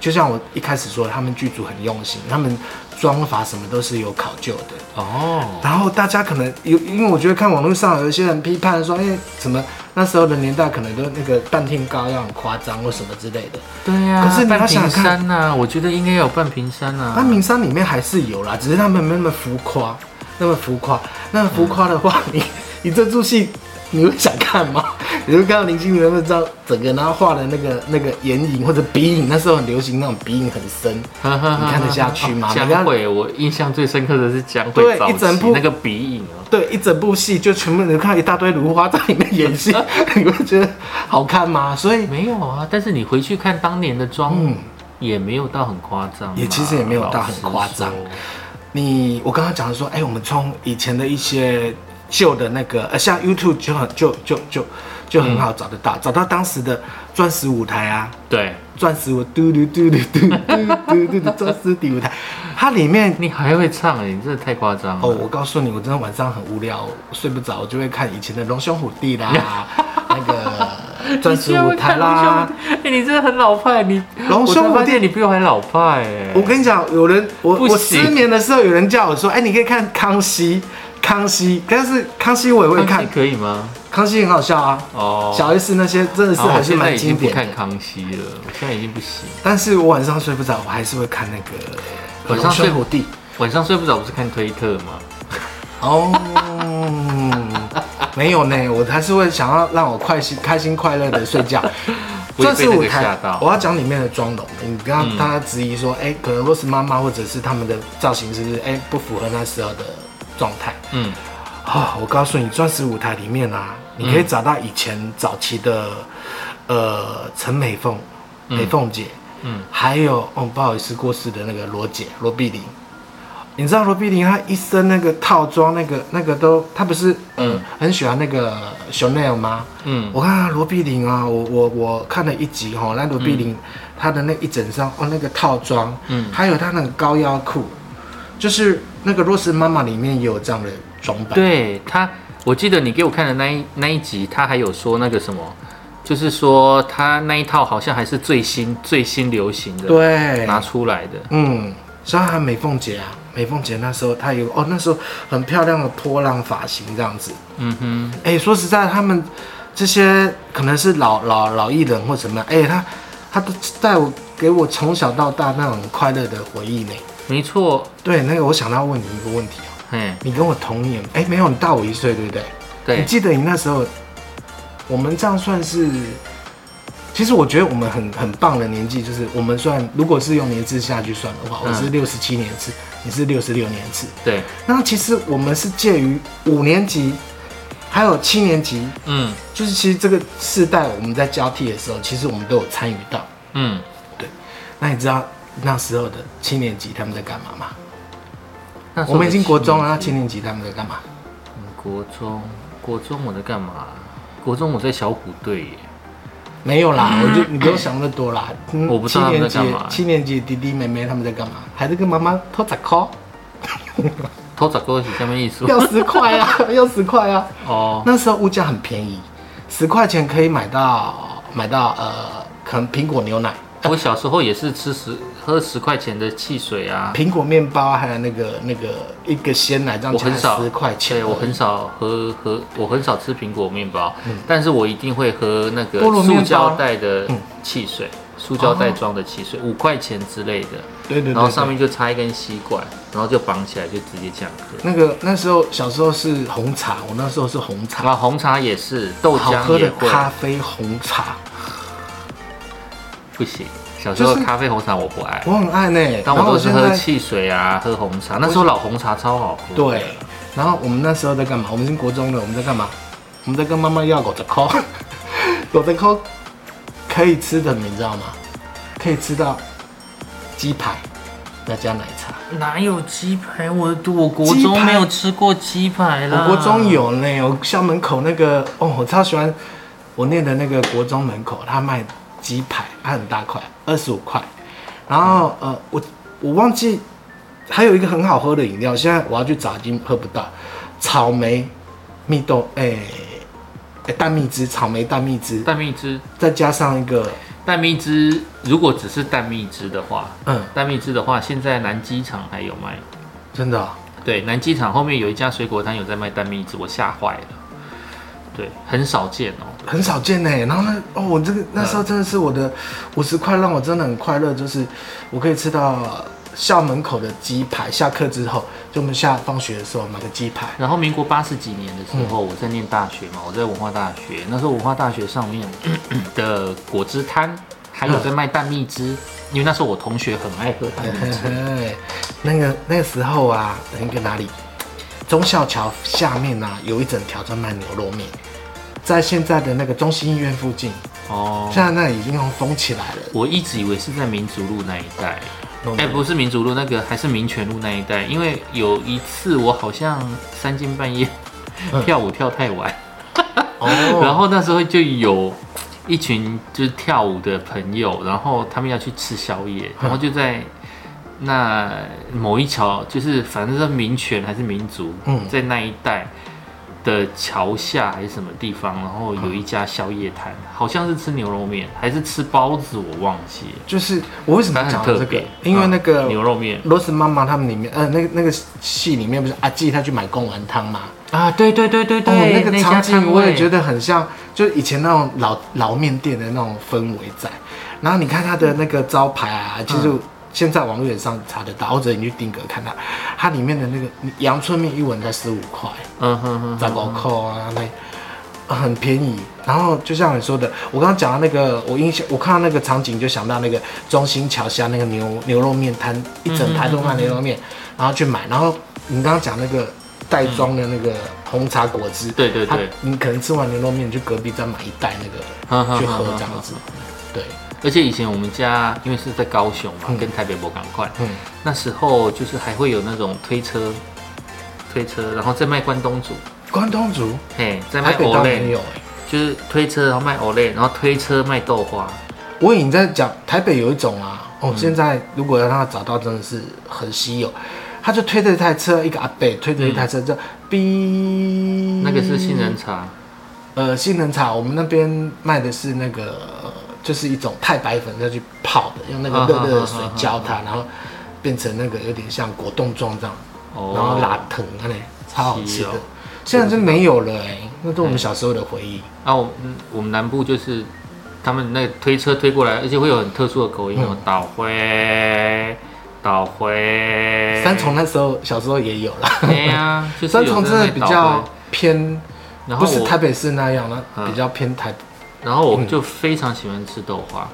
就像我一开始说的，他们剧组很用心，他们妆法什么都是有考究的，
哦，
然后大家可能有，因为我觉得看网络上有一些人批判说，哎、怎么那时候的年代可能都那个半天高要很夸张或什么之类的。
对呀、
可是你要
半
想
屏
想看
山呐、我觉得应该有半屏山啊呐、
那名啊山里面还是有啦，只是他们没那么浮夸，那么浮夸。那么浮夸的话，你你这出戏你会想看吗？ 你就看到林心如那张整个，然后画的那个那个眼影或者鼻影，那时候很流行那种鼻影很深， 你看得下去 吗？
江
你看
蕙，我印象最深刻的是江
对
蕙早
一整
期
部
那个鼻影哦。
对，一整部戏就全部能看到一大堆芦花在里面演戏， 你会觉得好看吗？所以
没有啊，但是你回去看当年的妆，也没有到很夸张嘛，
嗯也其实也没有到很夸张
老实说
你我刚刚讲的说，哎、我们从以前的一些旧的那个，呃，像 YouTube 就很就就就就很好找得
嗯
到，找到当时的钻石舞台啊，
对
钻石舞嘟噜嘟噜嘟噜嘟噜嘟噜钻石底舞台，它里面
你还会唱哎、你真的太夸张了。
哦，我告诉你，我真的晚上很无聊，我睡不着，我就会看以前的龙兄虎弟啦， 那个钻石舞台啦。
哎、 你真的很老派，你
龙兄虎弟
我才发现你比我还老派哎、
我跟你讲，有人我
不
我
行
失眠的时候，有人叫我说，哎、你可以看康熙，康熙，但是康熙我也会
康
看
熙，可以吗？
康熙很好笑啊。
哦，
小 S 那些真的是
好
还
我
是
现在
蛮
已
经
经不
典
看
的，
康熙了，我现在已经不行。
但是我晚上睡不着，我还是会看那个呃
晚上睡
龙兄虎弟
晚上睡不着不是看推特吗？
哦。 没有呢，我还是会想要让我快心、开心、快乐的睡觉。
我也
钻
被
石
那
舞
个吓
台
到，嗯
我要讲里面的妆容。你刚刚大家质疑说，哎、可能 Rose 妈妈或者是他们的造型是不是哎、不符合那时候的状态？
嗯，
啊、我告诉你，钻石舞台里面啊，你可以找到以前早期的，呃，陈美凤、美凤姐，
嗯
还有哦，不好意思，过世的那个罗姐罗碧玲。你知道罗碧玲她一身那个套装，那个那个都，她不是嗯、呃很喜欢那个 Chanel 吗？
嗯
我看她罗碧玲啊，我我我看了一集哈、哦，那罗碧玲
嗯
她的那一整身哦那个套装，嗯，还有她那个高腰裤，就是那个《洛斯妈妈》里面也有这样的装扮。
对他，我记得你给我看的那一那一集，他还有说那个什么，就是说他那一套好像还是最新最新流行的，，
对，
拿出来的。
嗯，像她美凤姐啊，美凤姐那时候她有哦，那时候很漂亮的波浪发型这样子。
嗯哼，
哎、说实在，他们这些可能是老老老艺人或什么，哎、她她都带我给我从小到大那种快乐的回忆呢。
没错，
对，那个我想到问你一个问题啊，
嘿，
你跟我同年，哎、没有，你大我一岁，对不对？你
对，
记得你那时候，我们这样算是，其实我觉得我们很很棒的年纪，就是我们算，如果是用年次下去算的话，我
嗯
是六十七年次，你是六十六年次，
对，
那其实我们是介于五年级，还有七年级，
嗯
就是其实这个世代我们在交替的时候，其实我们都有参与到。
嗯，
那你知道那时候的七年级他们在干嘛吗？
那时候
我们已经国中啊
的
了，那七年级他们在干嘛？
七年，国中，国中我在干嘛？国中我在小虎队耶。
没有啦，我就你不用想那么多啦。嗯
嗯我不知道
七
他们
年
在
级
干嘛
七年级弟弟妹妹他们在干嘛？还在跟妈妈偷砸 call，
偷找歌是什么意思？
要十块 啊，要十块啊。
哦，
那时候物价很便宜，十块钱可以买到买到呃，可能苹果牛奶、
我小时候也是吃十喝十块钱的汽水啊，
苹果面包，还有那个那个一个鲜奶，这样
我很少
十块钱而已。嗯
对我很少喝喝，我很少吃苹果面包，但是我一定会喝那个
菠萝面包啊嗯
塑胶袋的汽水。塑胶袋装的汽水，五块钱之类的，
哦对对对
然后上
对
面就插一根吸管，然后就绑起来就直接这样喝。
那个那时候小时候是红茶，我那时候是红茶，
啊，红茶也是，豆
好
浆
喝
也
的
会，
咖啡红茶，
不行。小时候
就是
咖啡红茶我不爱，
我很爱呢、
但
然
我
后
都
我
是
现
喝
在
汽水啊，喝红茶。那时候老红茶超好喝。
对，，然后我们那时候在干嘛？我们已经国中了，我们在干嘛？我们在跟妈妈要狗的扣， 狗的扣可以吃的，你知道吗？可以吃到鸡排，再加奶茶。
哪有鸡排？我我国
鸡
中
排
没有吃过鸡排啦。
我国中有呢，我校门口那个哦，我超喜欢我念的那个国中门口，他卖鸡排，它很大块，二十五块。然后呃，我我忘记还有一个很好喝的饮料，现在我要去找，已经喝不到。草莓蜜豆，哎、哎蛋蜜汁，草莓蛋蜜汁，
蛋蜜汁，
再加上一个
蛋蜜汁如果只是蛋蜜汁的话，
嗯，
蛋蜜汁的话，现在南机场还有卖。
真的哦、
对，南机场后面有一家水果摊有在卖蛋蜜汁，我吓坏了。对，很少见哦。
很少见呢。然后呢，哦，我这个那
嗯
时候真的是我的五十块让我真的很快乐，就是我可以吃到校门口的鸡排。下课之后，就我们下放学的时候买个 鸡排，
然后民国八十几年的时候，我在念大学嘛，我在文化大学，那时候文化大学上面的果汁摊还有在卖蛋蜜汁，因为那时候我同学很爱喝蛋蜜汁。
对，那个那个时候啊，那个哪里，忠孝桥下面啊，有一整条在卖牛肉面，在现在的那个中心医院附近，
哦，
现在那里已经封起来了。
我一直以为是在民族路那一带，
No, no,
哎、不是民族路那个，还是民权路那一带，因为有一次我好像三更半夜
嗯
跳舞跳太晚。
哦，
然后那时候就有一群就是跳舞的朋友，然后他们要去吃宵夜，然后就在那某一桥，就是反正是民权还是民族，
嗯
在那一带的桥下还是什么地方，然后
嗯
有一家宵夜摊，好像是吃牛肉面还是吃包子，我忘记了。
就是我为什么
反正
讲
很
到
特
这
别
个，，因为那个、
嗯牛肉面
罗斯妈妈他们里面，呃，那个那个戏里面不是阿季他去买贡丸汤嘛？
啊，对对对对
哦，那个场景我也觉
得
得很像，就是以前那种老老面店的那种氛围在。然后你看它的那个招牌啊，其
嗯
实现在网页上查得到，或者你去定格看它，它里面的那个阳春面一碗才十五块，
嗯哼哼，
十五块啊，那呃很便宜。然后就像你说的，我刚刚讲到那个，我印象我看到那个场景就想到那个中心桥下那个牛牛肉面摊，一整排都卖牛肉面，然后去买。然后你刚刚讲那个袋装的那个红茶果汁，
对对
它
对，
你可能吃完牛肉面，你去隔壁再买一袋那
哼哼
个去
哼
喝
哼
这
哼
样子。对，
而且以前我们家因为是在高雄嘛，
嗯
跟台北博赶快，
嗯
那时候就是还会有那种推车，推车，然后再卖关东煮，
关东煮
嘿，再
台
卖
北当然
Olay，
有哎、
就是推车然后卖 Olay，然后推车卖豆花，
我以为你在讲台北有一种啊，哦，
嗯
现在如果要让他找到，真的是很稀有。他就推着一台车，一个阿伯推着一台车，就哔，
嗯那个是杏仁茶，
呃，杏仁茶，我们那边卖的是那个，呃就是一种太白粉再去泡的，用那
啊
个热热的水浇它，然后变成那个有点像果冻状这样，
哦
然后拉藤啊嘞，超好吃
是
的
哦。
现在真没有了哎、那都我们小时候的回忆。
啊，我嗯我们南部就是他们那个推车推过来，而且会有很特殊的口音哦
嗯，
倒灰，倒灰，
三重，那时候小时候也有啦，
对呀，就是
三
有
重真
在
的
卖
比
倒
较
灰，
偏，
然
不
后
是
我
台北市那样，那
嗯
比较偏台。
然后我就非常喜欢吃豆花，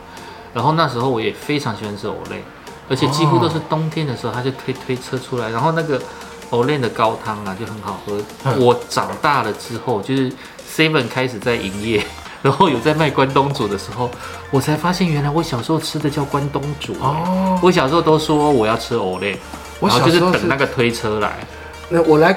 然后那时候我也非常喜欢吃藕类，而且几乎都是冬天的时候，他就推推车出来，然后那个藕类的高汤啊就很好喝。
嗯
我长大了之后，就是 Seven 开始在营业， 然后有在卖关东煮的时候，我才发现原来我小时候吃的叫关东煮、欸
哦
我小时候都说我要吃藕类，
我
然
小
后就
时
是
候
等
是
那，个推车来，
那我来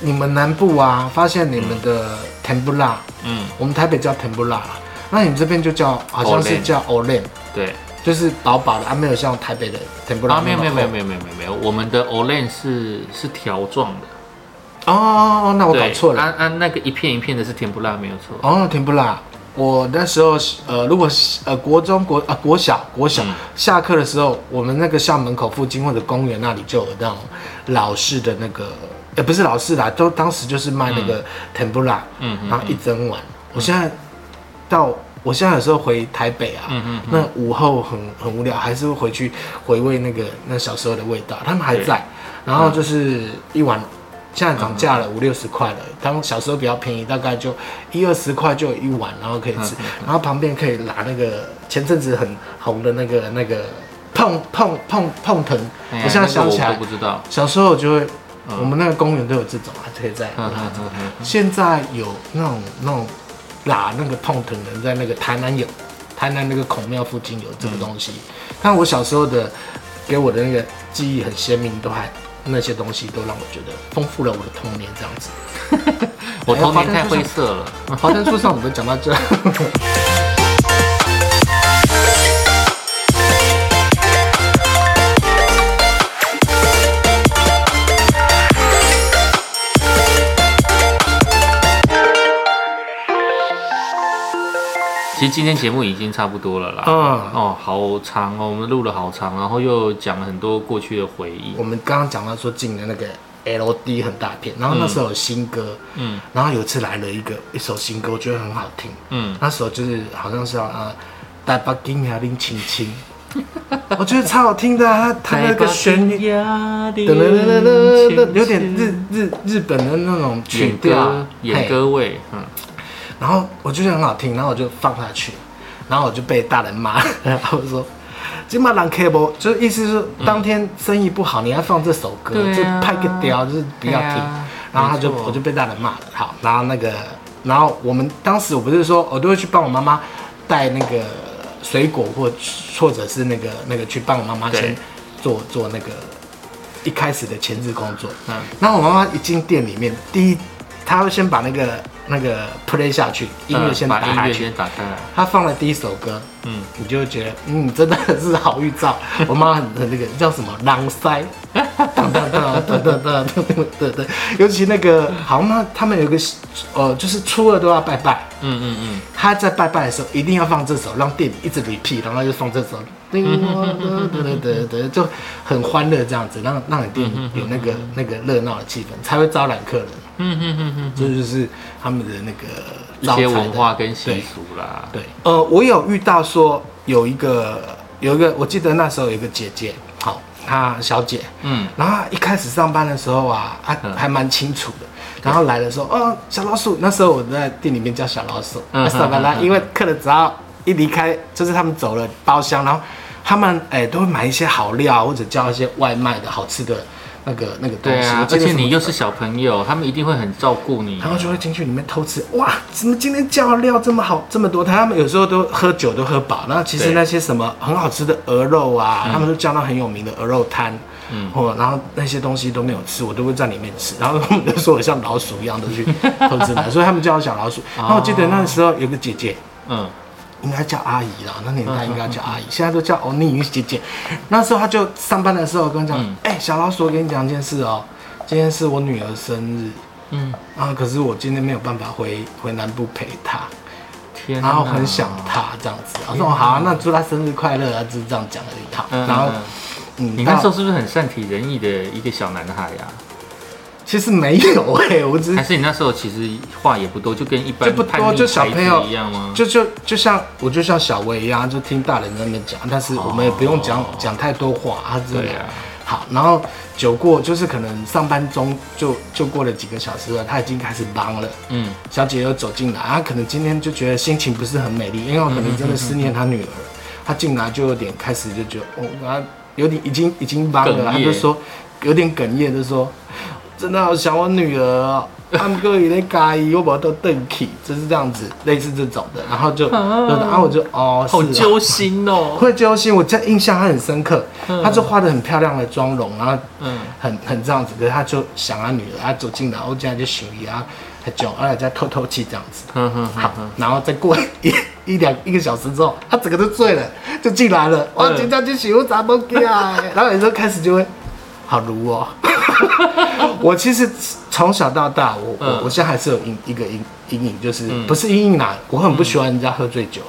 你们南部啊，发现你们的甜不辣，
嗯，
我们台北叫甜不辣啦，那你们这边就叫好像是
Olen
叫 Olen，
对。
就是薄薄的啊，没有像台北的甜不辣
啊，没有没有没有
有
没有没有没有没有，我们的 o l e n 是是条状的，
哦哦，哦那我
对，
搞错了
按按那个一片一片的是甜不辣，没有错。
哦，甜不辣。我那时候呃，如果是呃国中国啊、国小国小、
嗯
下课的时候，我们那个校门口附近或者公园那里就有那种老式的那个，呃不是老式啦，都当时就是卖那个甜不辣，
嗯嗯嗯
然后一整碗。我现在到我现在有时候回台北啊，
嗯嗯
那午后很很无聊，还是会回去回味那个那小时候的味道，他们还
对嗯
在。然后就是一碗，现在涨价了五六十块了，当小时候比较便宜，大概就一二十块就有一碗，然后可以
嗯
吃，然后旁边可以拿那个前阵子很红的那个那个碰碰碰碰藤，
哎呀
我现在想起
那
来
个我都不知道。
小时候我就会，我们那个公园都有这种，还啊可以在。
嗯嗯嗯嗯
现在有那种那种拉那个碰藤人在那个台南有，台南那个孔庙附近有这个东西。但我小时候的给我的那个记忆很鲜明，都还那些东西都让我觉得丰富了我的童年这样子。
我童年太灰色了。
华灯初上，我们讲到这。
其实今天节目已经差不多了啦。
嗯，
哦，好长哦，我们录了好长，然后又讲了很多过去的回忆
我。们刚刚讲到说进了那个 L D 很大片，然后那时候有新歌，
嗯
然后有一次来了一个一首新歌，我觉得很好听，
嗯，
那时候就是好像是要呃，大巴金牙林青青， 我觉得超好听的、啊，它它那个旋律，
噔
噔噔噔噔噔，有点日日日本的那种曲
演
调
歌，演
嘿
歌味，嗯，
然后我就觉得很好听，然后我就放下去，然后我就被大人 骂，然后我说。金马郎 cable 就是意思是当天生意不好，你还放这首歌，
对啊
就派个雕，就是不要听
对啊。
然后他就
没错
我就被大人骂了。好，然后那个，然后我们当时我不是说，我哦都会去帮我妈妈带那个水果或或者是那个那个去帮我妈妈
对
先做做那个一开始的前置工作。
嗯
嗯，然后我妈妈一进店里面，第一，她会先把那个那个 play 下去，音乐先
嗯
打
把音
下
乐
去
先。打开来，
她放了第一首歌，
嗯，
你就会觉得，嗯，真的是好预兆。我妈很很那个叫什么狼塞，当当当当当当当当，尤其那个好像那他们有个呃，就是初二都要拜拜，
嗯嗯嗯，
他在拜拜的时候一定要放这首，让店里一直 repeat，然后他就放这首，叮得得得得得就很欢乐这样子，让让你店里有那个那个热闹的气氛，才会招揽客人。嗯嗯嗯嗯，这就是他们的那个
一
招
些
财的
文化跟习俗啦，
对，呃，我有遇到说有一个有一个，我记得那时候有一个姐姐，好，她小姐，
嗯，
然后她一开始上班的时候啊，还
嗯
还蛮清楚的。然后来的时候，哦，小老鼠，那时候我在店里面叫小老鼠，
嗯
嗯、上班啦，
嗯嗯嗯
因为客人只要一离开，就是他们走了包厢，然后他们哎都会买一些好料啊或者叫一些外卖的好吃的那个那个东
对
西，
啊
我，记
而
得
且
什么
你又是小朋友，他们一定会很照顾你，
然后就会进去里面偷吃，哇，怎么今天叫料这么好，这么多？他们有时候都喝酒都喝饱，然后其实
对嗯
那些什么很好吃的鹅肉啊，他们都叫到很有名的鹅肉摊，嗯，哦，然后那些东西都没有吃，我都会在里面吃，然后他们就说我像老鼠一样的去偷吃 奶，所以他们叫我小老鼠。
哦
然后我记得那时候有个姐姐，
嗯，
应该叫阿姨啦，那年代应该叫阿姨，现在都叫欧尼姐姐。那时候她就上班的时候跟我讲，哎、
嗯
小老鼠，我跟你讲一件事哦、今天是我女儿生日，
嗯，
啊，可是我今天没有办法回回南部陪她，
天哪，
然后很想她这样子，我说好、啊，那祝她生日快乐啊，就是这样讲了一套。
嗯，
然后
嗯，嗯
嗯，
你那时候
到
是不是很善体人意的一个小男孩呀？
其实没有 哎、我只
还
是
是你那时候其实话也不多，就跟一般
就不
叛
多，
逆
就小
孩子
朋友
一样吗？
就啊就就像我就像小薇一样，就听大人在那边讲，但是我们也不用讲讲、太多话啊，真的
哦对。啊，
好，然后酒过就是可能上班中就就过了几个小时了，他已经开始忙了。
嗯，
小姐又走进来，她可能今天就觉得心情不是很美丽，因为我可能真的思念她女儿。她进来就有点开始就觉得，哦，她有点已经已经忙
哽咽
了，她就说有点哽咽，就说真的好想我女儿哦，按哥也在嘎伊，我把她瞪起，就是这样子，类似这种的。然后就，然后我就哦，
好
是啊
揪心哦，
会揪心，我这印象她很深刻，她就画的很漂亮的妆容，然后
嗯
很很这样子，可是她就想她女儿，她走进来，我家就寻一啊，她就啊在透透气这样子，
哼哼哼
好，然后再过一 一两一个小时之后，她整个都醉了，就进来了，哇，
嗯
今天去寻我咋么给 啊？然后有时候开始就会好如哦，我其实从小到大，我我、
嗯
我现在还是有阴一个阴阴影，就是、不是阴影啦，我很
嗯
不喜欢人家喝醉酒。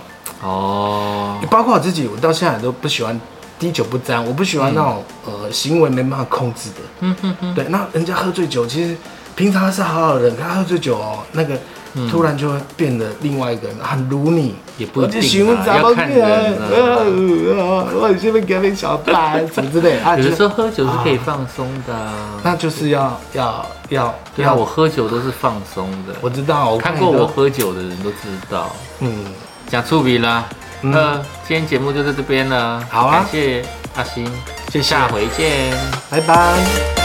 哦，
包括我自己，我到现在都不喜欢滴酒不
嗯
沾，我不喜欢那种、呃行为没办法控制的。嗯哼哼。对，那人家喝醉酒，其实平常是好好的人，可他喝醉酒哦，那个突然就会变得另外一个人，很如你。
嗯也不一定啊
我就喜欢杂包
要看人啊
啊，哎我很兴奋，给你小白什么之类的。啊
有的时
就
候喝酒是可以放松的啊。
那就是要要要
对啊，我喝酒都是放松的。
我知道，我
看
你
过
都
我，喝酒的人都知道。
嗯，
讲触笔啦，
嗯
那今天节目就到这边了。
好啊
感谢阿星，
谢谢
下回见。
拜拜。